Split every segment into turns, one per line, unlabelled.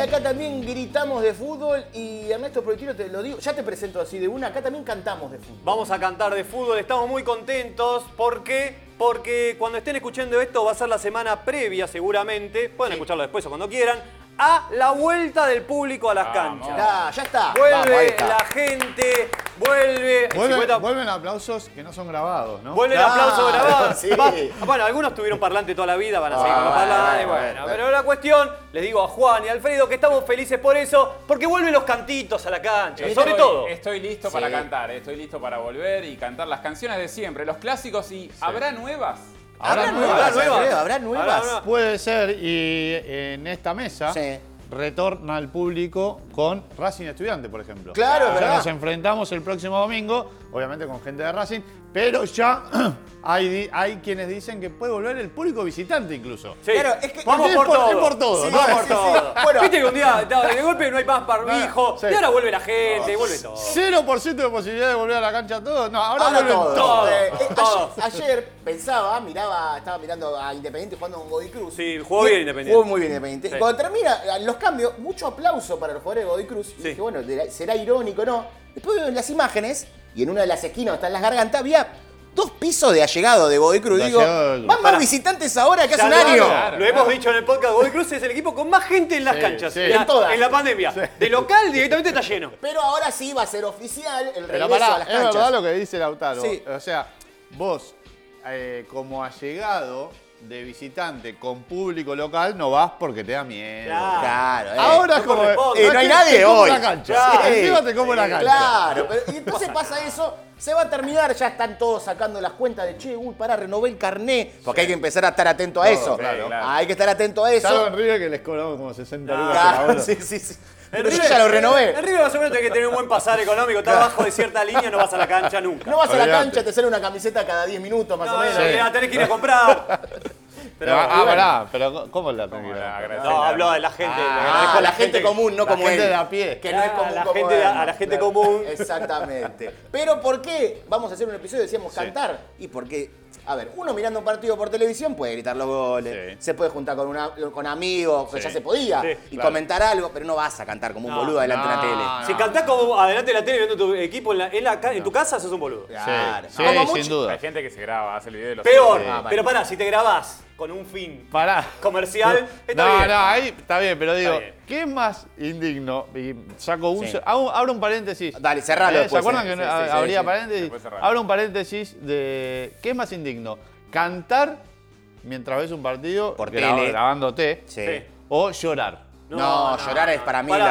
acá también gritamos de fútbol y Ernesto Proyectino te lo digo, ya te presento así de una, acá también cantamos de fútbol.
Vamos a cantar de fútbol, estamos muy contentos. ¿Por qué? Porque cuando estén escuchando esto va a ser la semana previa seguramente, pueden escucharlo después o cuando quieran, a la vuelta del público a las canchas.
Ya, ya está.
Vamos, ahí
Vuelve
está.
la gente, vuelve... el
Vuelven,
50
vuelven aplausos que no son grabados, ¿no?
Vuelve el
Claro,
aplauso grabado.
sí.
Va- Bueno, algunos tuvieron parlante toda la vida, van a seguir con los
Ah, bueno,
parlantes.
bueno,
Bueno,
bueno.
pero la cuestión, les digo a Juan y a Alfredo que estamos felices por eso, porque vuelven los cantitos a la cancha,
Estoy-
sobre todo.
Estoy listo
Sí.
para cantar, estoy listo para volver y cantar las canciones de siempre, los clásicos y ¿habrá nuevas?
Ahora
¿Habrá
nuevas,
nuevas?
nuevas.
Alfredo, ¿Habrá nuevas?
Habrá nuevas.
Puede ser, y eh, en esta mesa
Sí.
retorna al público con Racing Estudiante, por ejemplo.
Claro,
Ya
¿verdad?
nos enfrentamos el próximo domingo, obviamente con gente de Racing, pero ya hay, di- hay quienes dicen que puede volver el público visitante incluso.
Sí.
Claro, es que-
vamos
Es
por,
por-
todo.
es por todo,
vamos
¿no?
por
Sí,
todo.
Bueno.
Viste que un día da- de golpe no hay más barbijo,
Sí.
y ahora vuelve la gente, vuelve todo.
0% de posibilidad de volver a la cancha todo. No, ahora,
Ahora
vuelven
todo.
todos.
Eh, eh,
Todo.
ayer, ayer pensaba, miraba, estaba mirando a Independiente jugando con Godoy Cruz.
Sí, jugó bien Independiente.
Jugó muy bien Independiente.
Sí.
Y Cuando termina los cambios, mucho aplauso para los jugadores de Godoy Cruz. Y
Sí.
dije, bueno, de- será irónico, ¿no? Después veo en las imágenes, y en una de las esquinas donde están las gargantas, había dos pisos de allegado de Godoy Cruz.
De
Digo,
allegado de Godoy Cruz.
van
Pará.
más visitantes ahora que hace
Ya
un
lo-
año.
Lo hemos dicho en el podcast, Godoy Cruz es el equipo con más gente en las
Sí,
canchas.
sí.
En, la,
En todas.
en la pandemia. De local directamente está lleno.
Pero ahora sí va a ser oficial el regreso
Pero pará,
a las
es verdad
canchas.
lo que dice Lautaro.
Sí.
O sea, vos, eh, como allegado de visitante con público local, no vas porque te da miedo.
Claro, eh.
Ahora
No
es como.
corresponde.
eh,
No hay
te-
nadie
te como
hoy.
la cancha.
Sí.
Encima te como la cancha.
Claro, pero y entonces pasa eso, se va a terminar, ya están todos sacando las cuentas de che, uy, pará, renové el carné. Porque hay que empezar a estar atento a eso.
claro.
Hay que estar atento a
Salvo en
eso.
River que les cobramos como 60 lucas.
Claro,
cada uno.
sí, sí, sí.
En
Pero yo
River-
ya lo renové.
En River más o menos tenés que tener un buen pasar económico. Estás abajo de cierta línea, no vas a la cancha nunca.
No vas a la
Olvidate.
cancha, te sale una camiseta cada 10 minutos más o
No,
menos.
sí.
la tenés que ir a comprar. Pero,
ah,
bueno.
pará, pero ¿cómo la tengo?
Como la
que-
agradecer
No,
la-
habló de la gente. le agradezco
Ah, a la gente común, no
la
como
gente
él.
de a pie.
Que no es
Ah,
común
la
como
gente
él.
de- a la gente
Claro.
común.
Exactamente. Pero ¿por qué vamos a hacer un episodio decíamos cantar? Y porque, a ver, uno mirando un partido por televisión puede gritar los goles,
Sí.
se puede juntar con, una- con amigos, que
Sí.
ya se podía,
Sí,
y
claro.
comentar algo, pero no vas a cantar como un
No,
boludo delante de la
no,
tele.
no.
Si cantás como adelante de la tele viendo tu equipo en, la- en la ca- en tu casa, sos un boludo.
Claro.
Sí,
Vamos
sí,
mucho-
sin duda.
Hay gente que se graba, hace el video de los
Peor.
Sí.
Ah, vale.
Pero pará, si te grabás con un fin
Pará.
comercial, está
no,
bien.
no, ahí está bien, pero digo,
bien.
¿qué es más indigno? Y saco un.
Sí.
hago- abro un paréntesis.
Dale, cerralo
¿Se
después,
acuerdan
eh.
que
Sí,
no-
sí,
a-
sí,
habría
sí.
paréntesis?
Después cerralo.
Abro un paréntesis de. ¿Qué es más indigno? ¿Cantar mientras ves un partido
Por
gra-
tele.
grabándote?
Sí.
Sí.
¿O llorar?
No, llorar es para mí
Pará,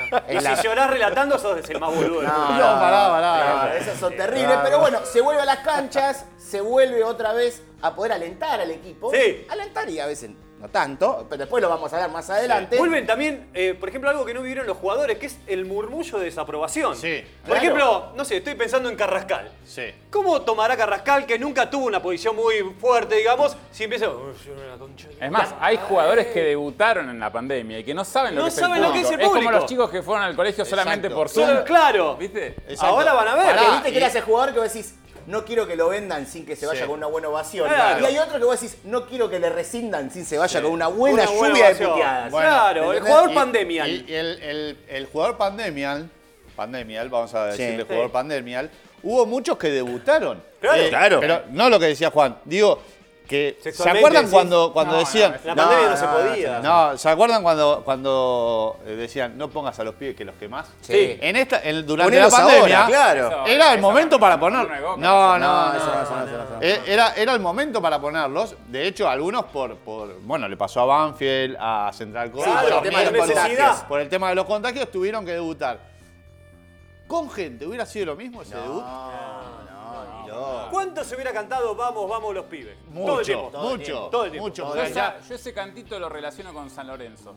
la-
no, no.
es
Y
la-
Si llorás relatando, sos el más boludo. del mundo.
No, pará, pará.
no, Esas son terribles, pero bueno, se vuelve a las canchas, se vuelve otra vez a poder alentar al equipo.
Sí.
Alentar y a veces no tanto, pero después lo vamos a hablar más adelante.
Vuelven también, eh, por ejemplo, algo que no vivieron los jugadores, que es el murmullo de desaprobación.
Sí.
Por
Claro.
ejemplo, no sé, estoy pensando en Carrascal.
Sí.
¿Cómo tomará Carrascal, que nunca tuvo una posición muy fuerte, digamos, si empieza... "Uy, yo era la concha de mi
Es más, hay jugadores que debutaron en la pandemia y que no saben lo
No
que es el
saben lo
público.
que es el
como
público.
los chicos que fueron al colegio solamente
Exacto.
por
Solo-
Zoom.
claro.
¿Viste?
Exacto.
Ahora van a ver.
Porque
Pará,
viste que
y-
era ese jugador que vos decís, no quiero que lo vendan sin que se vaya
Sí.
con una buena ovación.
Claro.
Y hay otro que vos decís, no quiero que le rescindan sin se vaya con una buena
Una buena
lluvia de
ovación.
puteadas.
Bueno, Claro, el
¿entendés?
jugador
Y-
pandemial.
Y, y el, el- el jugador pandemial, pandemial, vamos a
Sí.
decirle
Sí.
jugador pandemial, hubo muchos que debutaron.
Claro.
Claro.
Pero no lo que decía Juan, digo que ¿se
Sexualmente,
acuerdan
sí.
cuando, cuando decían
La pandemia no, se
no,
podía.
no, ¿se acuerdan cuando, cuando eh, decían no pongas a los pibes que los quemás?
Sí.
En esta, en- durante
Ponelos
la pandemia,
ahora, claro.
Eso,
era el
esa
momento para
vacuna
poner.
de Boca.
No, no,
No,
no,
eso no, eso no,
no,
eso no, eso no.
Eh, Era, era el momento para ponerlos. De hecho, algunos por, por bueno, le pasó a Banfield, a Central Córdoba.
por el
a
tema de los
Mitre,
contagios.
por- Por el tema de los contagios tuvieron que debutar. Con gente, ¿hubiera sido lo mismo ese debut?
¿Cuánto se hubiera cantado Vamos, vamos los pibes? Todo el
Mucho,
tiempo.
mucho,
Todo el tiempo.
mucho.
Yo,
porque ya-
esa- yo ese cantito lo relaciono con San Lorenzo.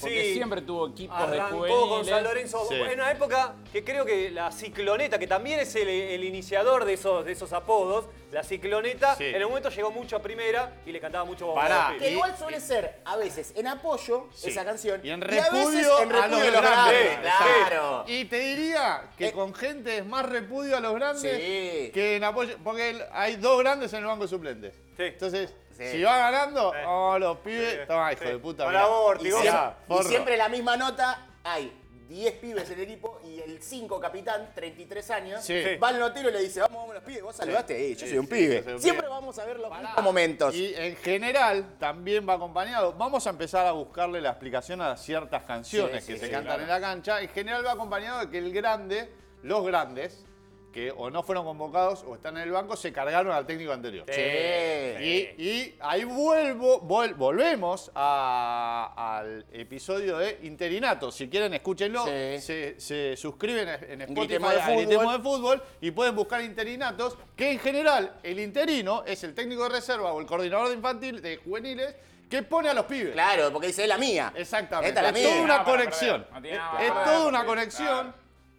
Porque
Sí.
siempre tuvo equipos de
Arrancó
juveniles.
con San Lorenzo
Sí.
en una época que creo que la cicloneta, que también es el, el iniciador de esos, de esos apodos, la cicloneta
Sí.
en el momento llegó mucho a primera y le cantaba mucho Vamos,
Pará,
vamos, los
Que
pibes.
igual suele ser, a veces, en apoyo,
Sí.
esa canción.
Y en
a veces
repudio
en
a
repudio
los
de los
grandes.
grandes. Claro.
Y te diría que
Eh.
con gente es más repudio a los grandes
Sí.
que en apoyo. Porque el- hay dos grandes en el banco de suplentes.
Sí.
Entonces,
Sí.
Si va ganando, oh, los pibes.
Sí.
Toma, hijo
Sí.
de puta.
Para
mirá.
vos,
Y,
Ortigosa.
siempre- y
Ya, ah, forro.
siempre la misma nota, hay 10 pibes en el equipo y el 5 capitán, 33 años,
Sí.
va al notero y le dice, vamos, vamos los pibes, vos saludaste, Eh, yo soy un
sí, yo
pibe.
soy un
siempre
pibe.
vamos a ver los
Pará.
mismos momentos.
Y en general también va acompañado. Vamos a empezar a buscarle la explicación a ciertas canciones
Sí,
que
sí,
se
sí,
cantan en la cancha. En general va acompañado de que el grande, los grandes, que o no fueron convocados o están en el banco, se cargaron al técnico anterior.
Sí.
Y, y ahí vuelvo, vol- volvemos a- al episodio de Interinato. Si quieren, escúchenlo.
Sí.
Se, se suscriben en en Spotify
Gritemos de
a
fútbol.
Gritemos de Fútbol y pueden buscar interinatos, que en general el interino es el técnico de reserva o el coordinador de infantil, de juveniles, que pone a los pibes.
Claro, porque dice, es la mía.
Exactamente.
Esta es la
es toda
mía.
No,
una
para perder.
conexión.
No tiene
es
nada para
es
perder,
toda una
sí,
conexión
claro.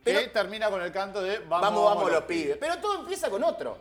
que
Pero-
termina con el canto de vamos,
Vamos, vamos los pibes. Pero todo empieza con otro.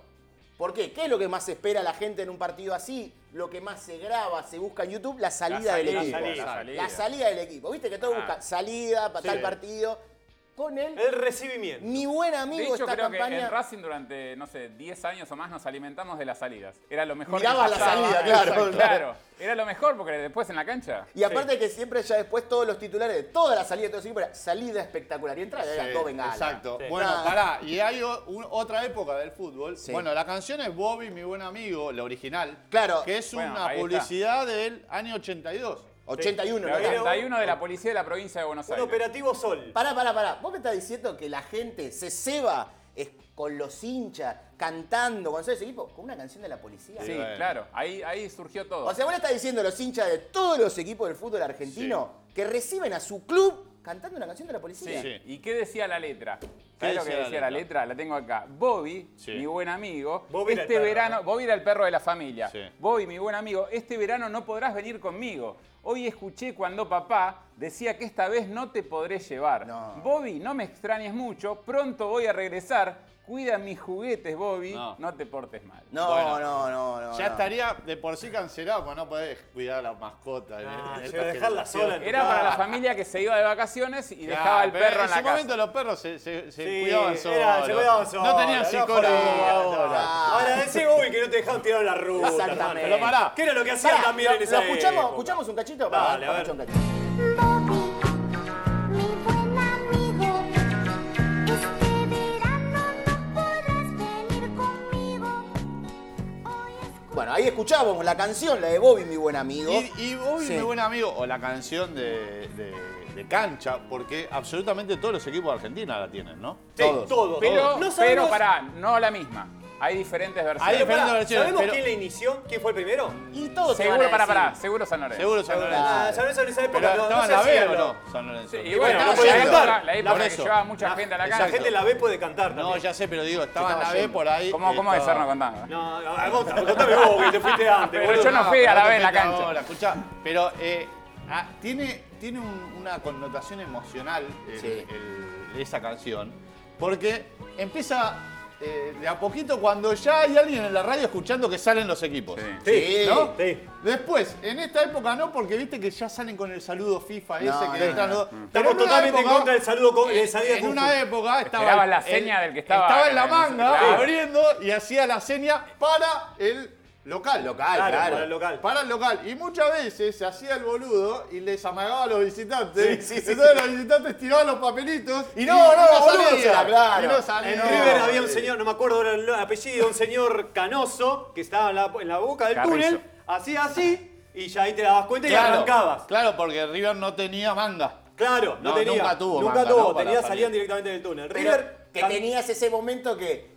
¿Por qué? ¿Qué es lo que más espera la gente en un partido así? Lo que más se graba, se busca en YouTube, la salida, del
salida,
equipo.
la salida,
La
la
salida del equipo. ¿Viste que todo
Ah.
busca salida para
Sí.
tal partido? Con él,
El recibimiento.
mi buen
De
amigo
hecho,
esta
creo que en
campaña.
Racing durante, no sé, 10 años o más nos alimentamos de las salidas. Era lo mejor
Mirabas
que
la
pasaba.
salida, claro,
Exacto.
claro.
Claro, era lo mejor porque después en la cancha.
Y aparte que siempre ya después todos los titulares de toda la salida de todos los equipos era salida espectacular. Y entrada era
Sí,
todo bengala.
Exacto.
Sí.
Bueno,
Nada.
pará, y hay o- un- otra época del fútbol.
Sí.
Bueno, la canción es Bobby, mi buen amigo, la original.
Claro.
Que es
Bueno,
una
ahí está.
publicidad del año 82.
81, ¿no?
La
Pero-
81 de la policía de la provincia de Buenos
Un
Aires.
operativo
Ah,
sol.
Pará, pará, pará. ¿Vos me estás diciendo que la gente se ceba es, con los hinchas, cantando, con ese equipo, con una canción de la policía?
Sí,
bueno.
claro. Ahí, ahí surgió todo.
O sea, vos le estás diciendo a los hinchas de todos los equipos del fútbol argentino que reciben a su club cantando una canción de la
Sí.
policía.
Sí.
¿Y qué decía la letra? ¿Sabés lo que decía la letra? La tengo acá. Bobby,
Sí.
mi buen amigo,
Bobby era
este
el perro,
verano. Bobby era el perro de la familia.
Sí.
Bobby, mi buen amigo, este verano no podrás venir conmigo. Hoy escuché cuando papá decía que esta vez no te podré llevar.
No.
Bobby, no me extrañes mucho, pronto voy a regresar. Cuida mis juguetes, Bobby,
No.
no, te portes mal.
No,
Bueno.
no, no, no.
Ya
no.
estaría de por sí cancelado, porque no podés cuidar a la mascota. en-
Ah,
en
che,
esta
dejarla
generación.
sola en-
Era para la familia que se iba de vacaciones y dejaba
Claro,
al
pero
perro en la
En su
casa.
momento los perros se, se- se
Sí,
cuidaban
era,
solos.
se cuidaban solos,
No tenían psicólogo
jodas,
ahora.
no. Ahora decís, uy, que no te dejaban tirar la ruta.
Exactamente.
Pero pará.
¿Qué era lo que hacían
Pará,
también
lo-
en esa
lo escuchamos,
época?
escuchamos un cachito.
Dale, a ver.
escuchamos un cachito.
Bobby, mi buen amigo, este verano no podrás venir conmigo. Hoy es
Bueno, ahí escuchábamos la canción, la de Bobby, mi buen amigo.
Y, y Bobby,
Sí.
mi buen amigo, o la canción de, de- de cancha, porque absolutamente todos los equipos de Argentina la tienen, ¿no?
Sí, todos.
Pero,
No
pero
sabemos-
pará, no la misma. Hay diferentes versiones.
Hay
Pero pará,
diferentes versiones,
¿Sabemos
pero-
quién la inició? ¿quién fue el primero?
Y todos te van
Seguro,
a
pará,
decir-
pará, seguro San Lorenzo.
Seguro San
Seguro.
Lorenzo.
Ah, ¿sabes en esa
Pero
época? no-
estaban
no se
la B
hacía,
o no,
¿no?
San Lorenzo.
Sí, y
Y
bueno,
bueno,
no
la
podía
época-
cantar.
la época
Por
que
eso.
llevaba mucha gente a la
La
cancha.
gente la B puede cantar
no,
también.
ya sé, pero digo, estaban
Estaba
la B
yendo.
por ahí.
¿Cómo, ¿cómo
estaba-
hacernos contar?
No, a- a- contame, contame vos, que te fuiste antes.
Pero
boludo.
yo no fui a la B en la
Ahora,
cancha.
Ahora, escuchá, pero eh, ah, tiene, tiene un- una connotación emocional el-
Sí.
el- esa canción, porque empieza eh, de a poquito cuando ya hay alguien en la radio escuchando que salen los equipos.
Sí.
Sí.
¿No?
Sí.
Después, en esta época no, porque viste que ya salen con el saludo FIFA ese
No,
que
no,
están
no.
los- Pero
Estamos
en una
totalmente en
época-
contra del saludo con el saludo
en
con-
una época estaba.
Esperaba la
el-
seña del que estaba-
Estaba en la
en-
manga,
claro.
abriendo y hacía la seña para el local.
Local,
Claro,
claro.
para el local.
Para el local. Y muchas veces se hacía el boludo y les amagaba a los visitantes.
Sí, sí, sí.
Entonces los visitantes tiraban los papelitos.
Y no, no, boludo, será, claro.
Y no salía.
En
No.
River había un señor, no me acuerdo ahora el apellido, un señor canoso que estaba en la, en la boca del
Carrizo.
túnel, hacía así y ya ahí te dabas cuenta y arrancabas.
claro, porque River no tenía manga.
Claro, no,
No,
tenía.
nunca tuvo
Nunca
manga,
tuvo,
¿no? Para
tenía,
salir.
salían directamente del túnel. River,
River, que
can-
tenías ese momento que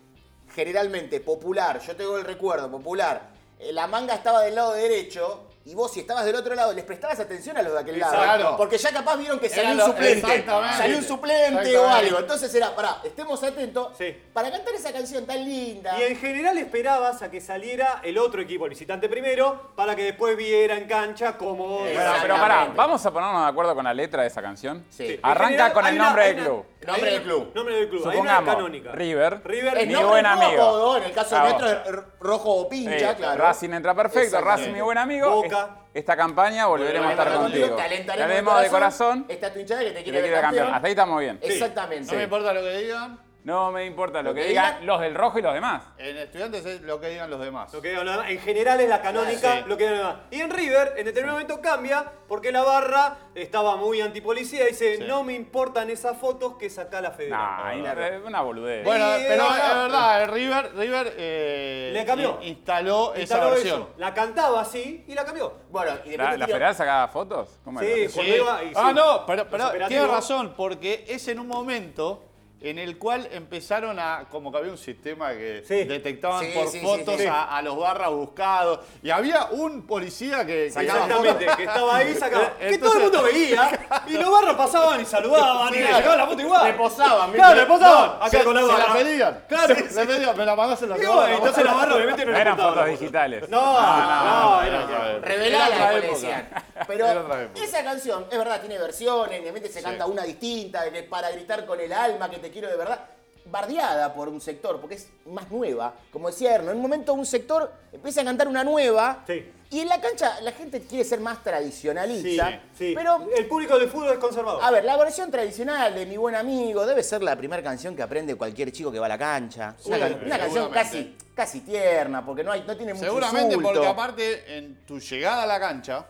generalmente popular, yo tengo el recuerdo popular, eh, la manga estaba del lado derecho y vos si estabas del otro lado les prestabas atención a los de aquel lado.
Claro.
Porque ya capaz vieron que salió
Era
un
lo-
suplente.
exactamente.
Salió un suplente o
Exactamente.
algo. Entonces era, pará, estemos atentos
Sí.
para cantar esa canción tan linda.
Y en general esperabas a que saliera el otro equipo, el visitante primero, para que después viera en cancha cómo.
Bueno,
Exactamente.
pero pará, ¿vamos a ponernos de acuerdo con la letra de esa canción?
Sí.
En
Arranca
general,
con
hay
el
una-
nombre
hay
del
una-
club.
Nombre del club.
Nombre del club. hay una
Supongamos,
canónica.
River.
River.
El
Mi
nombre
buen
del club,
amigo.
apodo, en el caso
Ah,
nuestro
vos.
es r- rojo o pincha,
Eh,
claro.
Racing entra perfecto,
Exactamente.
Racing mi buen amigo.
Boca.
Es- Esta campaña volveremos a
Estar
estar contigo.
Te alentaremos
Te alentaremos de corazón
Esta tu hinchada que te
y
quiere
te
ver
quiere campeón. Hasta ahí estamos bien.
Exactamente.
No me importa lo que digan.
No me importa lo
Lo
que
que
digan
digan-
los del rojo y los demás.
En estudiantes es lo que digan los demás.
Lo que digan los demás. En general es la canónica,
Sí.
lo que digan los demás. Y en River, en determinado momento cambia, porque la barra estaba muy antipolicía y dice, no me importan esas fotos que saca la federal.
Nah, es una boludez.
Bueno,
Y-
pero
no,
es
no.
verdad, el River, River eh,
Le cambió.
in- instaló, esa
Instaló
versión.
eso. La cantaba así y la cambió.
Bueno, y después
¿La,
te
la
tiro-
Federal sacaba fotos? ¿Cómo
Sí,
era?
cuando
Sí.
iba y-
ah,
sí.
no, pero, pero
Los operativos-
tiene razón, porque es en un momento en el cual empezaron a, como que había un sistema que
Sí.
detectaban
Sí,
por
sí, sí,
fotos
sí.
A, a los barras buscados, y había un policía que... que
Sacaba
fotos.
Exactamente, que estaba ahí sacaba. que
Entonces-
todo el mundo veía. Y los barros pasaban y saludaban y le
claro.
sacaban la foto igual.
Le posaban, ¿viste?
Claro, le posaban.
No,
acá
se,
con la
se
barra.
pedían.
Claro.
Se- le pedían, me la mandás en la
Y
que
bueno,
vamos".
entonces la barra obviamente no
No
le
eran
gustaba.
fotos digitales.
No, no, era-
Revelala,
Era otra
como le
época.
decían.
Era otra
Pero
época.
esa canción, es verdad, tiene versiones, obviamente se canta una distinta, de- para gritar con el alma que te quiero de verdad. Bardeada por un sector, porque es más nueva. Como decía Erno, en un momento un sector empieza a cantar una nueva.
Sí.
Y en la cancha la gente quiere ser más tradicionalista.
Sí,
Pero, Ah,
el público del fútbol es conservador.
a ver, la versión tradicional de Mi Buen Amigo debe ser la primera canción que aprende cualquier chico que va a la cancha. Una, can- una canción
seguramente.
casi, casi tierna, porque no, hay, no tiene mucho
Seguramente
insulto.
porque aparte en tu llegada a la cancha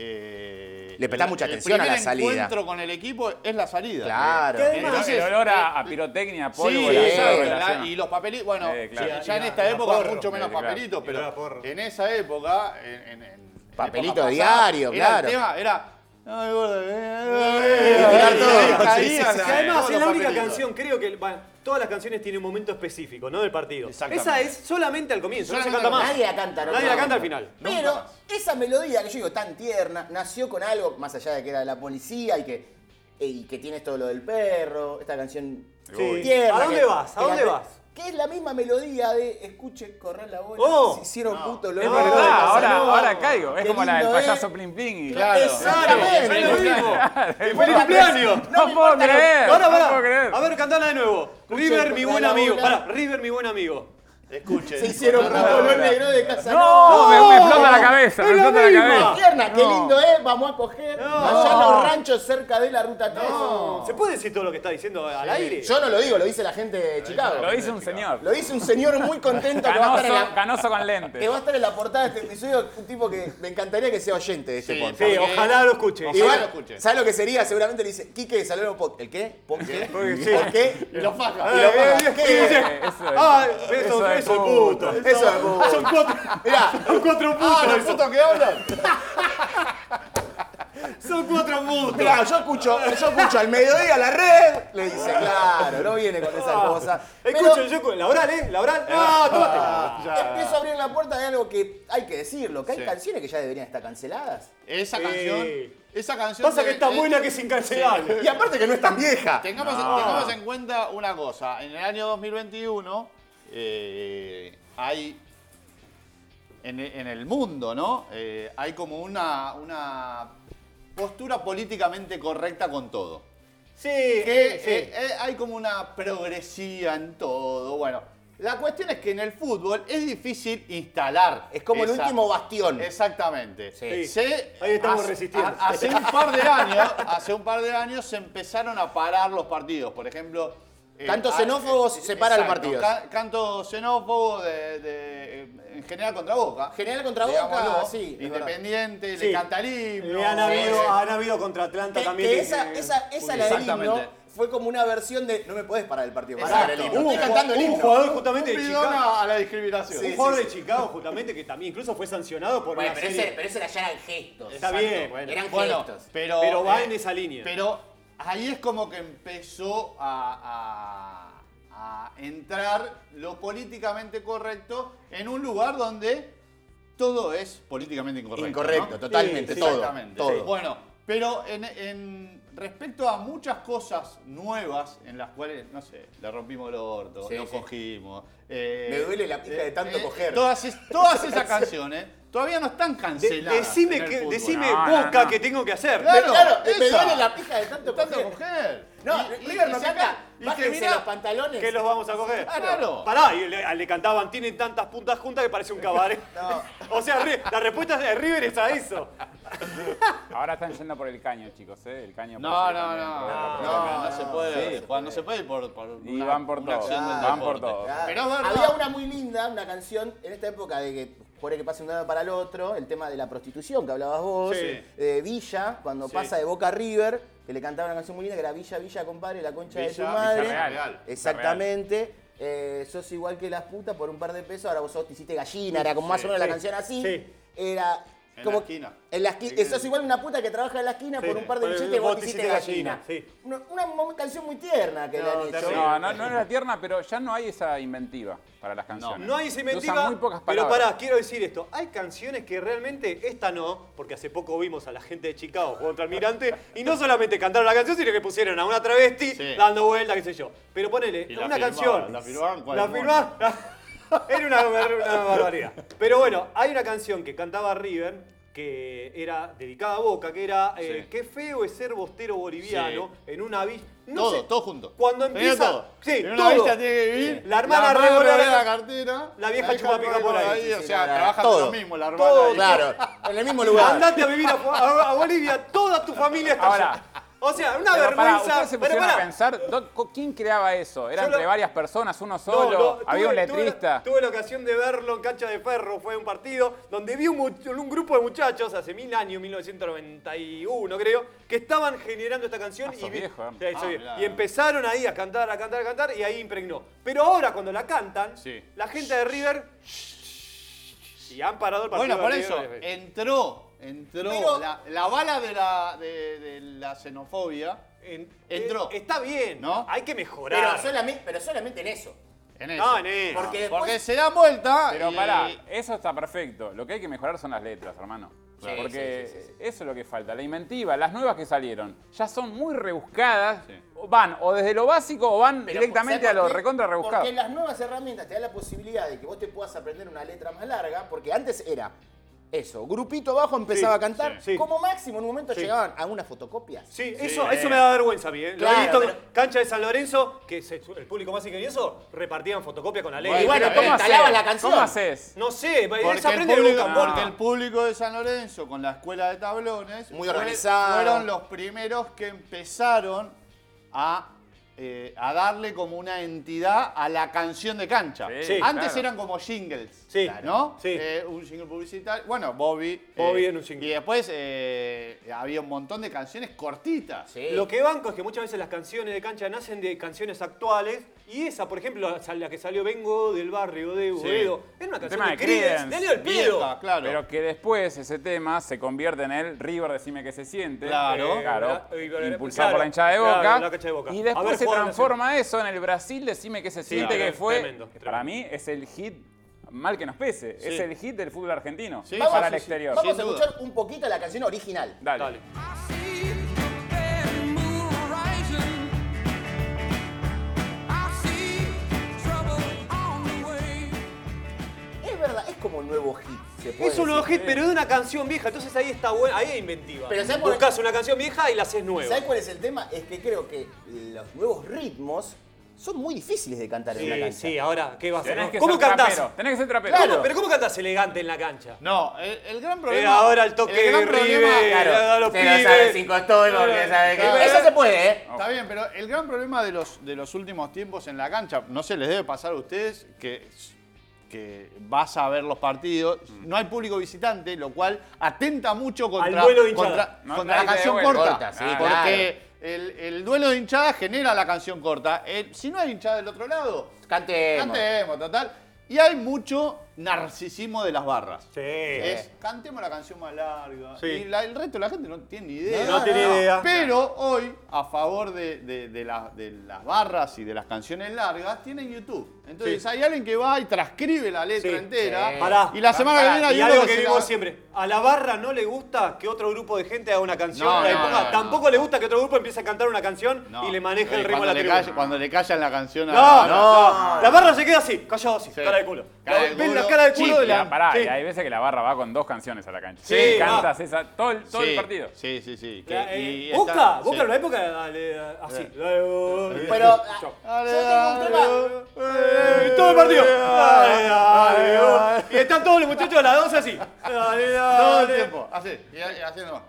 eh,
Le prestás
el-
mucha atención a la salida.
El primer encuentro con el equipo es la salida.
Claro.
¿Qué
Eh,
además?
Entonces,
Entonces, el olor a,
eh,
a pirotecnia,
Sí,
pólvora,
sí,
eso
exacto,
lo
la-
relaciona.
y los papelitos, bueno,
Eh, claro.
ya en
Y
esta
la- la
época
porro.
mucho menos
Eh, claro.
papelitos,
Y la
pero
porro.
en esa época, en, en- en-
Papelito
en época pasada,
diario,
era el
claro.
tema, era... Ay, gordo, eh,
tirar
eh,
todo.
eh,
Sí, sí,
caían,
sí.
Que además
todos
es
los
la única
papelitos.
canción, creo que bueno, todas las canciones tienen un momento específico, ¿no? Del partido.
Exactamente.
Esa es solamente al comienzo, no se
Solamente
canta más.
Nadie la canta, ¿no?
Nadie la canta al final.
Nunca
Pero
más.
esa melodía que yo digo tan tierna nació con algo, más allá de que era de la policía y que, eh, y que tiene esto lo del perro, esta canción
Sí.
tierna.
¿A dónde
que-
vas? ¿A
que la-
dónde vas?
Que es la misma melodía de escuche correr la bola,
Oh.
se hicieron puto los
Es
dos,
verdad,
Casanova".
ahora, ahora caigo. Es
Qué
como la del
lindo,
payaso
¿eh?
Plin Plin. Y...
Claro.
Exactamente.
Es lo mismo. ¡Y ¡Feliz
No,
cumpleaños!
No,
me
puedo
importa lo-
creer.
Pará,
no
pará.
puedo creer.
A ver, cantala de nuevo. River, mi buen
la
amigo.
bola.
Pará, River, mi buen amigo.
Escuchen.
Se hicieron puto los negros de Casanova.
No, me, me explota la cabeza. Me
Es la
explota la
misma.
cabeza.
Tierna, qué
No.
lindo es, vamos a coger allá en los ranchos cerca de la ruta 3.
¿Se puede decir todo lo que está diciendo al aire?
Yo no lo digo, lo dice la gente de Chicago.
Lo dice un señor.
Lo dice un señor muy contento que va, a estar en
Canoso,
la,
canoso con
que
lentes.
va a estar en la portada de este episodio, un tipo que me encantaría que sea oyente de este
Sí,
podcast.
Sí, ojalá lo escuche.
Ojalá
Igual,
lo escuche.
¿sabes lo que sería? Seguramente le dice, Quique, saludos podcast. ¿El qué? ¿Por qué? ¿Por
Sí.
qué?
Y los fajas.
Y lo baja.
Eh,
¿Qué?
eh, eh,
Eh, eso es-
Ah, eso,
de
eso es
puto.
puto.
Eso es puto.
Son cuatro.
Mirá,
Son cuatro
Ah,
putos.
los
eso.
putos que hablan.
Son cuatro putos.
mirá, Ah, yo escucho, yo escucho al mediodía la red. Le dice, claro, no viene con esa cosa. Pero-
Escucho, yo escucho. La oral, ¿eh? La oral. Ah, tomate.
Empiezo a abrir la puerta de algo que hay que decirlo, que hay
Sí.
canciones que ya deberían estar canceladas.
Esa
Sí.
canción. Esa canción.
Pasa que
de-
es tan
eh,
buena que es incancelable.
Y aparte que no es tan vieja.
Tengamos, tengamos en cuenta una cosa. En el año 2021 eh, hay. En, e- en el mundo, ¿no? Eh, hay como una, una postura políticamente correcta con todo.
Sí,
que
sí.
eh, eh, hay como una progresía en todo. Bueno, la cuestión es que en el fútbol es difícil instalar.
Es como el
esa-
último bastión.
Exactamente.
Sí.
Se-
Ahí estamos
hace,
resistiendo.
a- hace un par de años, hace un par de años se empezaron a parar los partidos. Por ejemplo. eh,
Cantos
ah,
xenófobos, se para el partido.
ca- cantos xenófobos de, de, eh, en general contra Boca.
General contra
Digámoslo,
Boca, Ah, sí, es verdad.
Independiente,
Sí.
le canta el himno,
Le han,
eh,
habido, han habido contra Atlanta
Que-
también.
que
que-
esa, esa, esa la del
Exactamente.
himno fue como una versión de no me podés parar el partido.
Exacto.
Parar el himno.
Hubo
Estoy
un
cantando el
jugador- un
himno.
jugador justamente
un
de
bidón
Chicago.
a, a la discriminación.
Un jugador de Chicago, justamente, que también incluso fue sancionado por
Bueno,
una
pero,
serie.
ese, pero ese era ya eran gestos.
Está bien, bueno.
Eran
Bueno,
gestos.
pero, eh,
Pero va en esa línea.
Pero ahí es como que empezó a, a- a entrar lo políticamente correcto en un lugar donde todo es políticamente incorrecto.
Incorrecto,
¿no?
totalmente,
Sí, sí.
todo.
Exactamente.
todo.
Sí. Bueno, pero en, en- respecto a muchas cosas nuevas en las cuales, no sé, le rompimos el orto,
Sí,
lo
sí.
cogimos. eh,
Me duele la pija de tanto coger.
Todas, es- todas esas canciones todavía no están
De-
canceladas. en
decime
el
que,
fútbol.
decime
No, no,
boca
no.
que tengo que hacer.
Me-
Claro,
claro, me
esa.
duele la pija de tanto,
Tanto
coger.
mujer.
No,
Y- y-
River
y
no
se
canta.
ca- y te
Bájense
mira,
los pantalones.
Que los vamos a coger.
Claro.
Pará, y le, le cantaban, tienen tantas puntas juntas que parece un cabaret. O sea, Ri- la respuesta de River es a eso.
ahora están yendo por el caño, chicos, ¿eh? El caño
No,
puede ser
no,
también
no.
otro-
No,
otro-
no, se puede.
Sí.
Juan, no se puede ir por, por
Y van por todo,
acción del
van por
deporte.
todo.
Claro.
Pero es verdad.
Había una muy linda, una canción en esta época de que jure que pase un lado para el otro, el tema de la prostitución que hablabas vos,
Sí.
eh, Villa, cuando
Sí.
pasa de Boca a River, que le cantaba una canción muy linda que era Villa, Villa, compadre, la concha de tu
Villa,
madre.
Villa Real.
Exactamente. Eh, sos igual que las putas por un par de pesos, ahora vos sos, te hiciste gallina, era como más o menos la canción así.
sí.
Era
En
como
la esquina.
En la esquina. Sos igual una puta que trabaja en la esquina
Sí.
por un par de
Por el-
billetes vos te hiciste gallina.
sí.
Una, una mo- canción muy tierna que le han
No,
hecho.
terrible.
No, no, no era tierna, pero ya no hay esa inventiva para las canciones.
No hay esa
Se
inventiva,
usan muy pocas
pero
palabras.
pará, quiero decir esto. Hay canciones que realmente, esta no, porque hace poco vimos a la gente de Chicago contra Almirante y no solamente cantaron la canción, sino que pusieron a una travesti
Sí.
dando vuelta, qué sé yo. Pero ponele,
Y la
una
firmaban,
canción.
la firmaban, ¿cuál?
La
Mono.
firmaban- Era una, una barbaridad. Pero bueno, hay una canción que cantaba River que era dedicada a Boca, que era eh,
Sí.
Qué feo es ser bostero boliviano en una avis.
todo, todo junto.
Cuando
Tenía
empieza.
todo.
Sí,
en una
todo.
vista tiene que vivir.
La hermana
madre
revolea
revolea
la-
la cartera.
la vieja
hija
chupa pica
revolea
por ahí. Sí,
O
sí,
sea,
la-
trabajan
todo.
con lo mismo, la hermana.
Todo.
y-
Claro, en el mismo lugar.
Andate a vivir a, a- a Bolivia, toda tu familia está
Ahora.
allá. O sea, una
Pero pará,
vergüenza.
ustedes se
pero
pusieron a
pará.
pensar, do- co- ¿quién creaba eso? ¿Era
Yo lo-
entre varias personas, uno
No,
solo?
no,
¿Había
tuve-
un letrista?
Tuve, tuve la ocasión de verlo en Cancha de Ferro, fue un partido donde vi un, much- un grupo de muchachos hace mil años, 1991 creo, que estaban generando esta canción
Ah,
y,
sos
vi-
viejo,
Sí,
eh.
soy
Ah,
viejo.
mirá.
y empezaron ahí a cantar, a cantar, a cantar y ahí impregnó. Pero ahora cuando la cantan,
Sí.
la gente de River y han parado el partido.
Bueno, por
de
eso,
River.
entró, entró.
Pero-
la, la bala de la, de, de la xenofobia
En-
entró.
eh, Está bien,
¿No?
hay que
Pero
mejorar.
solamente, pero solamente en eso.
en eso.
No, en eso.
Porque después-
Porque se dan vuelta.
Pero
y-
pará, eso está perfecto. Lo que hay que mejorar son las letras, hermano.
Sí,
Porque
sí, sí, sí,
eso es lo que falta, la inventiva, las nuevas que salieron, ya son muy rebuscadas,
Sí.
o van o desde lo básico o van
pero
directamente
¿sabes
a lo
por qué?
recontra rebuscado.
Porque las nuevas herramientas te dan la posibilidad de que vos te puedas aprender una letra más larga, porque antes era eso, grupito abajo empezaba
Sí,
a cantar,
sí, sí.
como máximo en un momento
Sí.
llegaban a unas fotocopias.
Sí, eso, eso me da vergüenza a mí. ¿eh? Lo he
Claro,
visto
pero-
en cancha de San Lorenzo, que es el el público más ingenioso, repartían fotocopias con la ley.
y bueno,
pero
¿cómo
¿cómo
instalabas
hacés?
la canción?
¿Cómo haces?
No sé,
Porque,
se
el
aprende de
público,
boca en
porque
boca.
el público de San Lorenzo, con la escuela de tablones,
Muy
fue-
organizado.
fueron los primeros que empezaron a, eh, a darle como una entidad a la canción de cancha.
Sí,
Antes
claro.
eran como jingles,
Sí,
¿no?
sí.
Eh, un jingle publicitario. Bueno, Bobby.
Bobby en un jingle.
Y después eh, había un montón de canciones cortitas.
Sí.
Lo que banco es que muchas veces las canciones de cancha nacen de canciones actuales. Y esa, por ejemplo, la la que salió Vengo del barrio de Boedo, era una canción
tema
de
de
Creedence,
Creedence,
Daniel Pedo.
Vieja, claro.
Pero que después ese tema se convierte en el River, decime que se siente.
Claro.
Eh, claro,
Eh, y- y-
impulsado
claro,
por la hinchada de
claro,
boca.
la cancha de Boca.
Y
A ver,
después se
Juan,
transforma eso en el Brasil, decime que se siente,
claro,
que fue.
tremendo,
que
tremendo.
Para mí es el hit, mal que nos pese, es el hit del fútbol argentino.
Sí,
para
sí,
el
sí.
exterior.
Vamos
Sin
a
duda.
escuchar un poquito la canción original.
Dale.
Dale.
Es verdad, es como un nuevo hit. se puede
Es un nuevo
decir.
hit, pero de una canción vieja, entonces ahí está buena, ahí es inventiva.
Pero ¿sabes por-
Buscas una canción vieja y la haces nueva.
¿Sabes cuál es el tema? Es que creo que los nuevos ritmos son muy difíciles de cantar en la
Sí,
cancha.
sí, ahora, ¿qué vas a
Tenés
hacer?
que
¿Cómo
ser
cantás?
trapero. Tenés que ser trapero.
¿Cómo- Pero ¿cómo cantás elegante en la cancha?
No, el, el gran problema.
Era ahora el toque
gran
de
problema-
River.
Claro.
Era a los
se lo sabe
pibes.
sin costón porque sabe que...
Claro.
Eso se puede, ¿eh?
Está bien, pero el gran problema de los, de los últimos tiempos en la cancha, no se les debe pasar a ustedes que, que vas a ver los partidos, no hay público visitante, lo cual atenta mucho contra,
duelo de hinchada.
contra,
No,
contra
trae
la
de
canción
vuelta.
corta.
Corta, sí,
porque el, el duelo de hinchada genera la canción corta. El- si no hay hinchada del otro lado,
Cantemos.
cantemos, total. Y hay mucho narcisismo de las barras.
Sí.
Es cantemos la canción más larga.
Eh. Sí.
Y la- el resto de la gente no tiene ni idea.
No, no tiene idea.
Pero hoy, a favor de, de- de las- de las barras y de las canciones largas, tienen YouTube. Entonces
Sí.
hay alguien que va y transcribe la letra
Sí.
entera.
Sí.
Pará.
Y la semana que viene
Y
hay
algo
uno
que
se
digo
la-
siempre, a la barra no le gusta que otro grupo de gente haga una canción,
No,
la
no,
ponga.
no, no.
tampoco le gusta que otro grupo empiece a cantar una canción
No.
y le maneje
Eh,
el ritmo a
cuando
la
le
tribuna.
calla- Cuando le callan la canción a la
No,
barra.
no, la barra se queda así, callado así,
Sí.
cara de culo.
Cara de
Ven
culo. ah,
la cara de culo
Sí,
de la.
Ya, pará,
sí.
y hay veces que la barra va con dos canciones a la cancha.
Sí,
Sí,
va.
cantas esa todo el, todo
Sí,
el partido.
Sí, sí, sí. que-
La,
y
eh,
está-
Boca,
sí.
Boca en la época dale, así.
Pero ah,
Yo.
Dale,
Yo tengo un tema.
ah, Y
dale, dale,
todo el partido. Dale,
dale,
dale,
dale.
Y están todos los muchachos de las 12 así. Dale, dale.
Todo el tiempo. Así, y y así nomás.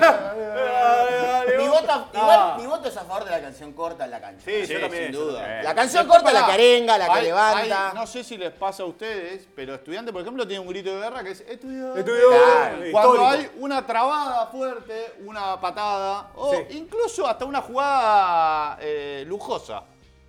Dale, dale.
mi voto,
Ah.
igual, mi voto es a favor de la canción corta en la cancha.
Sí,
Sí,
yo también.
sin
yo
duda.
también.
La canción corta, la que arenga, la que
Hay-
levanta.
hay- no sé si les pasa a ustedes, pero estudiante, por ejemplo, tiene un grito de guerra que es estudiante.
Estudió.
Claro.
Histórico.
Cuando hay una trabada fuerte, una patada, o
Sí.
incluso hasta una jugada eh, lujosa.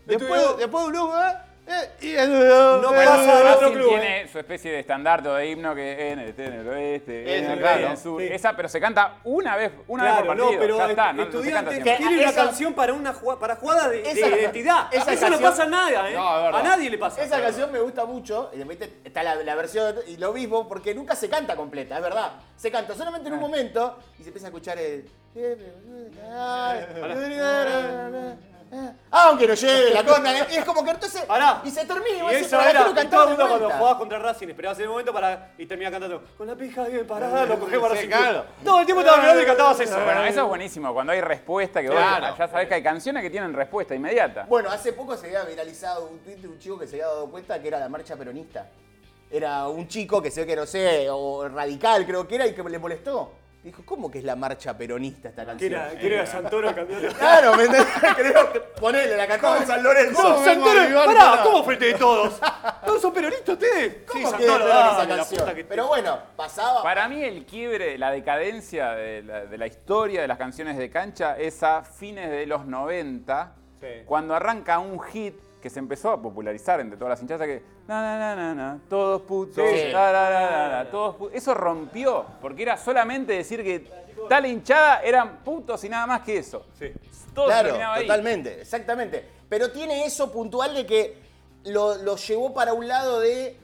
Después,
Estudió.
después de un lujo, eh, eh, y
No
Pero
pasa
Racing
en otro club,
tiene su especie de estandarte o de himno que en el, este, en el oeste, en
Ese,
el,
claro,
en el sur.
sí.
Esa, pero se canta una vez, una vez
Claro,
por
no,
partido.
pero
ya está, no, no se canta
estudiantes
siempre.
Que
tienen una
esa-
canción para una jugada, para jugadas de, de
Esa-
identidad.
esa
Eso no
canción-
pasa a nada, ¿eh?
No, es verdad.
a nadie le pasa.
Esa canción me gusta mucho, y de repente está la, la versión y lo mismo, porque nunca se canta completa, es verdad. Se canta solamente en un momento y se empieza a escuchar el. Ah, Aunque no lleve la conta, y es como que entonces.
Pará.
Y se termina,
Y
vos decís,
eso
"¿Para qué
era,
lo
y todo
cantamos
el mundo
de
cuando
vuelta?".
jugabas contra Racing esperabas el momento para y terminaba cantando con la pija bien parada, lo cogés para
Sí,
Racing.
claro.
Todo el tiempo estaba mirando y cantabas eso.
Bueno, eso es buenísimo, cuando hay respuesta, que vos
Claro.
ya sabés que hay canciones que tienen respuesta inmediata.
Bueno, hace poco se había viralizado un tweet de un chico que se había dado cuenta que era la marcha peronista. Era un chico que se ve que no sé, o radical creo que era, y que le molestó. Dijo, ¿cómo que es la marcha peronista esta
Que
canción?
era, que era Santoro cambiando.
Claro, ¿me entendés? Creo que ponele, la cantaba en San Lorenzo.
¿Cómo?
Santoro,
Iván,
pará,
pará.
¿cómo frente de todos? ¿Todos son peronistas ustedes?
¿Cómo
sí,
que
Santoro,
era esa
dale, la
canción?
puta que te-
Pero bueno, pasaba.
Para mí el quiebre, la decadencia de la, de la historia de las canciones de cancha es a fines de los 90,
Sí.
cuando arranca un hit que se empezó a popularizar entre todas las hinchas que na na na na na, todos putos,
Sí.
la, la, la, la, la, todos pu-". eso rompió, porque era solamente decir que tal hinchada eran putos y nada más que eso.
Sí.
Todo
claro,
terminaba ahí.
totalmente, exactamente. Pero tiene eso puntual de que lo, lo llevó para un lado de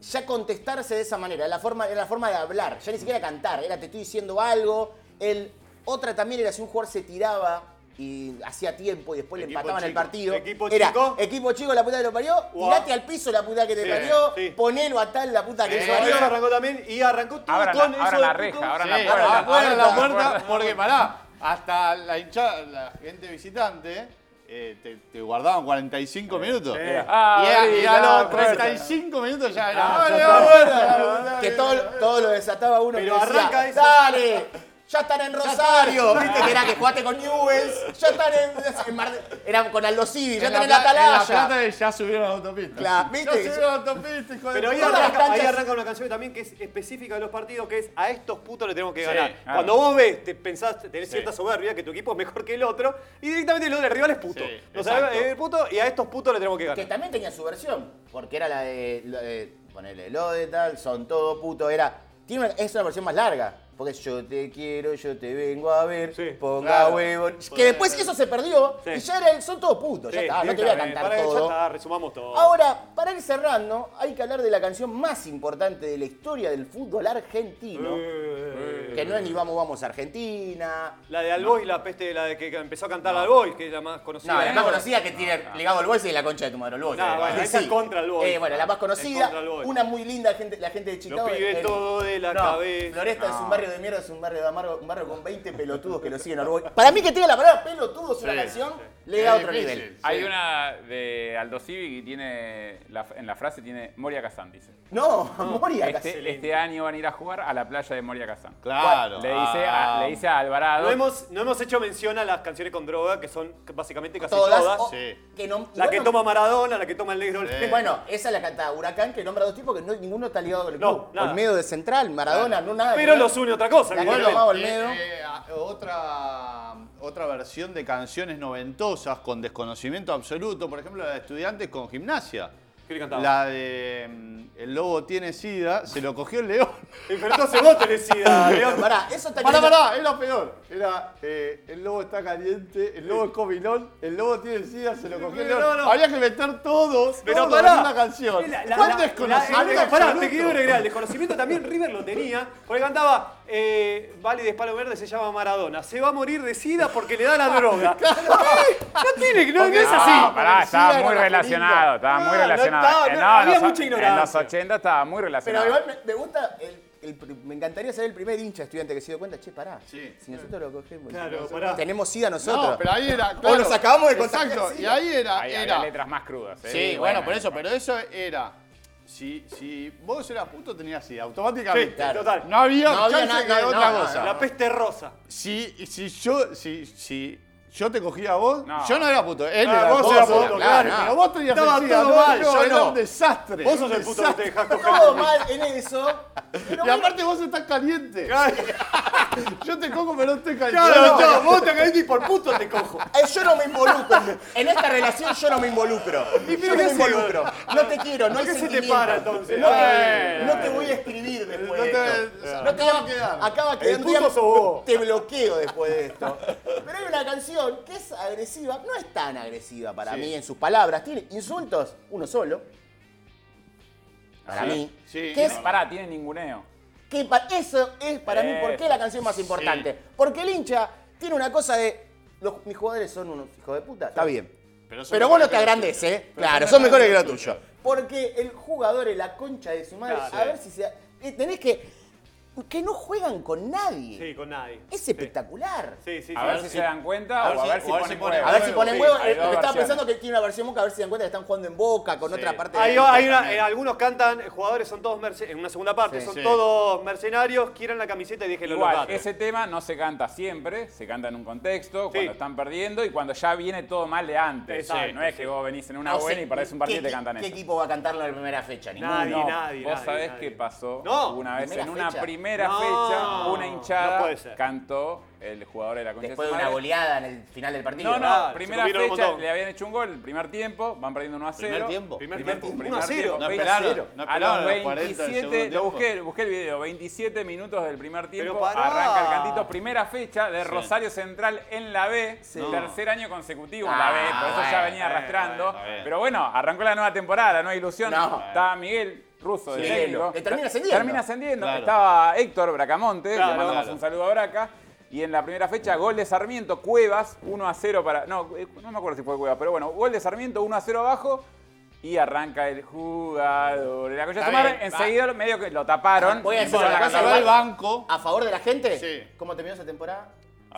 ya contestarse de esa manera, la forma, la forma de hablar, ya ni siquiera cantar, era te estoy diciendo algo. El, otra también era si un jugador se tiraba y hacía tiempo y después le
Equipo
empataban el
chico.
partido.
Equipo
era,
chico.
equipo chico, la puta que lo parió,
Ua.
tirate al piso la puta que te
Sí,
parió,
sí.
ponelo a tal la puta que te
Eso,
parió.
eso arrancó también y arrancó todo
Abran
con
la,
eso
abran
de
la
puto-
reja, abran
Sí,
la puerta.
afuera
abran
la puerta, porque pará, hasta la hinchada, la gente visitante, eh, te, te guardaban 45 minutos.
Eh.
Ah,
y, a, y a
abrí la
los
puerta.
35 minutos ya era.
Ah, ya
"Dale,
está".
abuela,
Que todo, todo lo desataba uno.
Pero
que decía,
arranca eso.
¡Dale! Ya están en Rosario. Viste que era que jugaste con Newells. Ya están en, en Mar de- Era con Aldo Civi. Ya
En
están
la,
en
pla-
la
en la
Atalaya.
plata ya subieron a la autopista.
Claro,
Ya
¿viste?
subieron a la autopista, hijo de
Pero ahí
puta.
Todas las
arranca, ahí
canchas-
arranca una canción también que es específica de los partidos, que es a estos putos le tenemos que
Sí,
ganar.
claro.
Cuando vos ves, te pensás, tenés cierta soberbia, que tu equipo es mejor que el otro, y directamente lo del rival es puto.
Sí,
Lo sabés,
exacto.
es puto y a estos putos le tenemos que
Que
ganar.
también tenía su versión. Porque era la de. La de ponele lo de tal. Son todo puto. Era. Tiene una- es una versión más larga. Porque es, yo te quiero, yo te vengo a ver.
Sí,
ponga
claro.
huevo. Que después eso se perdió.
Sí.
Y ya era el. Son todos putos. ya
Sí,
está. No te voy a
directamente.
cantar
Para que
todo. Ah,
Ya está, resumamos todo.
Ahora, para ir cerrando, hay que hablar de la canción más importante de la historia del fútbol argentino.
Eh,
Que no es ni Vamos, Vamos Argentina.
La de Alboy, la peste, la de que empezó a cantar Alboy, que es la más conocida.
No, la más
Ahora.
conocida que tiene ligado al bolso y la concha de tu madre, el bolso.
Ah. No, bueno, esa es contra el bolso.
Eh, bueno, la más
Es
conocida.
contra el bolso.
Una muy linda, la gente, la gente de Chicago.
Los pibes
el-
todo de la
No,
cabeza.
Floresta es un barrio de mierda, es un barrio de amargo, un barrio con 20 pelotudos que lo siguen al Boys. Para mí que tenga la palabra pelotudos en
Sí,
la canción,
sí.
le da
Es
otro
difícil.
nivel.
Hay
Sí.
una de Aldo Civi que tiene, la- en la frase tiene Moria Kazan, dice.
No, Moria casi.
Este, este año van a ir a jugar a la playa de Moria Kazan.
Claro.
Le dice, a,
ah,
le dice a Alvarado.
No hemos, no hemos hecho mención a las canciones con droga, que son básicamente casi todas.
Todas. o-
sí.
que no-
La que
bueno,
toma Maradona, la que toma el negro.
Sí.
Bueno, esa la canta Huracán, que nombra dos tipos que no- ninguno está ligado con el
No,
club.
nada.
Olmedo de Central, Maradona, no nada. que
Pero
ver.
los une otra cosa.
La que
igualmente.
tomaba Olmedo.
Eh, eh, a- otra, otra versión de canciones noventosas con desconocimiento absoluto, por ejemplo, la de estudiantes con gimnasia.
¿Qué le cantaba?
La de mm, El lobo tiene sida, se lo cogió el león.
Pero entonces vos tenés sida, León.
Pará, eso está
Pará,
queriendo-
pará, era peor. Era eh, el lobo está caliente, el lobo es comilón, el lobo tiene sida, se lo cogió el
No,
león.
no.
Había que meter todos,
Pero
todos
pará.
en una canción.
La- la-
¿Cuál Ah,
la-
desconocimiento
la- el- Pará,
absoluto?
te quiero agregar. El desconocimiento también River lo tenía. Porque cantaba. eh, Vale de Palo Verde se llama Maradona. Se va a morir de sida porque le da la droga. Eh, No tiene, no, no es así.
No, pará, estaba
Policía
muy
era la
relacionado, estaba
No,
muy
no
relacionado.
estaba,
Eh,
no,
no,
había
en los-
mucha ignorancia.
En los 80 estaba muy
Pero
relacionado.
igual me, me gusta. el- el pr- me encantaría ser el primer hincha estudiante que se dio cuenta, che, pará.
Sí.
si nosotros lo cogemos.
Claro,
nosotros-
pará.
Tenemos sida nosotros.
No, pero ahí era.
O nos acabamos de contagiar,
Exacto,
sí.
y ahí
ah,
era.
Ahí
era
había letras más crudas. eh,
sí,
y
bueno, por eso, pero eso era. Si, si vos eras puto, tenías así, automáticamente.
Sí, claro. total.
No había
No había
chance
nada,
que
no,
de otra
no, no,
cosa.
La peste rosa.
Si, y si yo, si, si yo te cogía a vos,
No.
yo no era puto. Él
Ah,
era
vos
vos,
eras
eras puto,
puto,
claro.
claro.
Pero vos tenías
Estaba
sentido,
todo
no,
mal,
no,
yo
era
no.
un desastre.
Vos sos
un
el puto que te
desastre.
dejas coger.
Todo mal en eso. Pero
Y aparte vos estás caliente. Yo te cojo, pero no estoy caliente.
Claro,
No,
no, vos te caíste y por puto te cojo.
Eh, Yo no me involucro. En esta relación yo no me involucro. Yo no me
qué sé,
involucro. No te quiero, no
¿A
hay
qué se te
sentimiento.
para entonces?
No,
Bueno. Ah.
no te voy a escribir después
No
de
te-
esto.
no te va a quedar.
Acaba
El
quedando.
puto sos vos.
Te bloqueo después de esto. Pero hay una canción que es agresiva. No es tan agresiva para
Sí.
mí en sus palabras. Tiene insultos, uno solo. Para
Sí,
mí.
sí,
que es
no,
Pará, tiene ninguneo.
que pa- eso es para mí,
Eh,
¿por qué
Eso.
la canción más importante? Porque el hincha tiene una cosa de. los- mis jugadores son unos hijos de puta. Está bien.
Pero
Pero,
son
vos
mejores
no
que
te
los
agrandes,
tuyos.
¿eh?
Pero
claro,
son
son mejores
mejores
que
que
lo
los Ah,
tuyo. Porque el jugador es la concha de su madre.
Claro.
a ver si se. eh, Tenés que. Que no juegan con nadie.
Sí, con nadie.
Es espectacular.
Sí, sí, sí.
A ver si se dan cuenta o a ver si ponen
A ver si
huevo.
ponen
Sí,
huevo.
hay
eh,
dos
porque estaba
versiones.
pensando que tiene una versión boca, a ver si se dan cuenta que están jugando en boca con otra parte
Hay,
de.
hay una- eh, algunos cantan, eh, jugadores son todos mercenarios, en una segunda parte,
Sí,
son
sí.
todos mercenarios, quieran la camiseta y déjenlo
Igual,
gatos.
ese tema no se canta siempre, se canta en un contexto,
Sí.
cuando están perdiendo y cuando ya viene todo mal de antes.
Exacto,
no es que vos venís en una
No sé,
buena y perdés un partido y
¿qué-
te cantan
¿Qué
eso.
equipo va a cantarlo en la primera fecha? Ninguno.
Nadie, nadie,
Vos
nadie,
sabés
nadie.
qué pasó
No.
una vez
¿Primera
en una
fecha?
primera
No,
fecha, una hinchada
no puede ser.
cantó el jugador de la concha
Después
su
de una
madre.
goleada en el final del partido.
No, no,
Claro, se
primera
comieron un
fecha
montón.
le habían hecho un gol, el primer tiempo, van perdiendo 1 a 0.
Primer tiempo.
Primer
Primer
tiempo,
tiempo,
1 a 0.
No
primer
esperaron,
tiempo.
no
a
esperaron
los
los 40 del
27,
segundo
lo
tiempo.
busqué, busqué el video, 27 minutos del primer tiempo,
pará.
arranca el cantito, primera fecha de Rosario Central en la B, tercer año consecutivo en la B,
Ah,
por eso ya
bueno,
venía arrastrando,
bueno, bueno.
pero bueno, arrancó la nueva temporada, la nueva ilusión,
No.
estaba Miguel Russo, de
Sí.
técnico.
Que termina ascendiendo.
Termina ascendiendo,
Claro.
estaba Héctor Bracamonte,
Claro.
le mandamos
Claro.
un saludo a Braca. Y en la primera fecha, gol de Sarmiento, Cuevas, 1 a 0 para. No, eh, no me acuerdo si fue Cuevas, pero bueno, gol de Sarmiento, 1 a 0 abajo. Y arranca el jugador. La cosa
Está bien, va.
enseguida medio que lo taparon.
Voy a
y
decir
fueron
una
a
cosa,
cantar.
Se va al banco.
¿A favor de la gente?
Sí.
¿Cómo terminó esa temporada?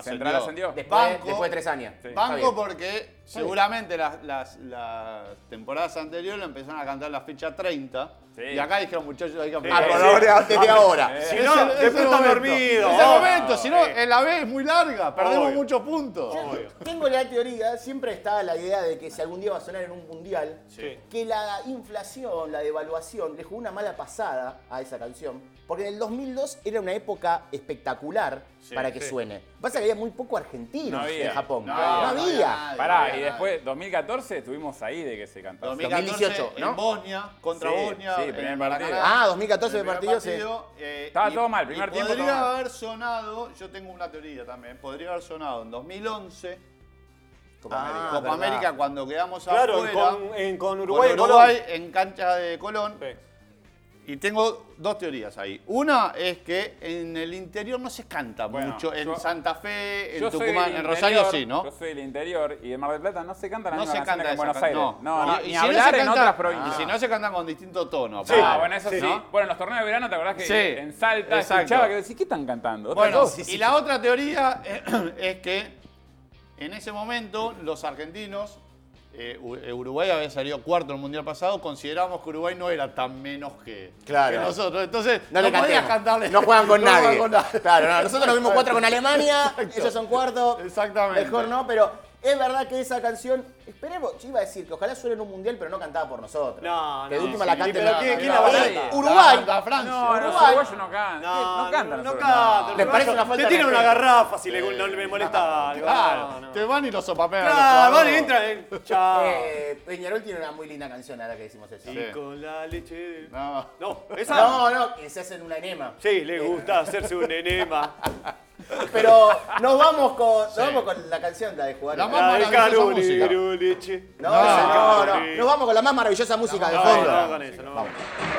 Central ascendió.
Después,
Banco.
después de tres años. Está
Banco
bien.
porque seguramente las, las- las temporadas anteriores lo empezaron a cantar la fecha 30.
Sí.
Y acá dijeron, muchachos, hay que
Ah,
apretar.
por ahora, desde ahora.
Si
Es
no,
el- es el
después están
momento.
dormidos.
Es el
Oh,
momento, si no,
sí.
en la B es muy larga, perdemos
Obvio.
muchos puntos.
Tengo la teoría, siempre está la idea de que si algún día va a sonar en un mundial,
Sí.
que la inflación, la devaluación, le jugó una mala pasada a esa canción. Porque en el 2002 era una época espectacular para que suene. Pasa que había muy poco argentino
No había.
en Japón.
No
No,
había, no había
había.
nadie.
Pará, y después, 2014, estuvimos ahí de que se cantó.
2018, ¿no?
en Bosnia, contra
Sí,
Bosnia,
sí,
en
primer
Maracaná.
partido.
Ah, 2014 de
El primer
partido, sí.
eh,
Estaba
y-
todo mal,
y
primer tiempo
Podría
todo mal.
haber sonado, yo tengo una teoría también, podría haber sonado en 2011,
Copa América.
Ah, Copa
verdad.
América, cuando quedamos
Claro,
afuera.
con, en- con Uruguay,
con
con
Uruguay en cancha de Colón.
Sí.
Y tengo dos teorías ahí. Una es que en el interior no se canta
Bueno,
mucho. En
yo-
Santa Fe, en
Yo soy del
Tucumán, en
interior,
Rosario sí, ¿no?
Yo soy del interior y en Mar del Plata no se canta la
No
misma
se
canción
canta
que en
esa
Buenos
can-
Aires.
no. No,
No, ni,
y
ni
si no se
hablar en
canta-
otras provincias.
Y si no se cantan con distinto tono.
Sí.
Ah,
aparte.
bueno, eso sí.
Sí.
Bueno, en los torneos de verano, ¿te acordás que
Sí.
en Salta
Exacto.
escuchaba que decís, ¿qué están cantando? ¿Otra
Bueno,
cosa?
y la otra teoría es que en ese momento los argentinos, eh, U- eh, Uruguay había salido cuarto en el Mundial pasado, consideramos que Uruguay no era tan menos que,
Claro.
que nosotros. Entonces,
No, le
podías
cantemos.
cantarle.
No juegan con
No
nadie.
juegan con nadie.
Claro, no, nosotros nos vimos cuatro con Alemania,
Exacto.
ellos son cuarto.
Exactamente.
Mejor no, pero es verdad que esa canción, esperemos, yo iba a decir que ojalá suene en un mundial, pero no cantada por nosotros.
No, no.
Que de última
Sí,
la cante
pero
la-
¿quién- quién
la-
la va a
Eh,
cantar?
Uruguay.
La Francia.
No, los
Uruguay.
uruguayos no cantan.
No,
No cantan.
No,
los
canta.
uruguayos.
¿Les parece una falta
Te
de
tienen una
respeto?
garrafa si le, no le molesta algo.
Claro,
No, no.
te van y los sopapean. a los
Claro,
jugadores.
vale, entra. eh. Chao.
Eh, Peñarol tiene una muy linda canción ahora que decimos eso.
Y con la leche. de-
No.
No, esa.
No, no, que se hacen una enema.
Sí, le gusta hacerse un enema.
Pero nos vamos con, nos vamos con la canción, la de jugar.
La más
La de
maravillosa
Carol y
música.
Gruliche.
No,
No,
no, no,
sí.
Nos vamos con la más maravillosa música de
No,
fondo.
no, con eso, no.
Vamos.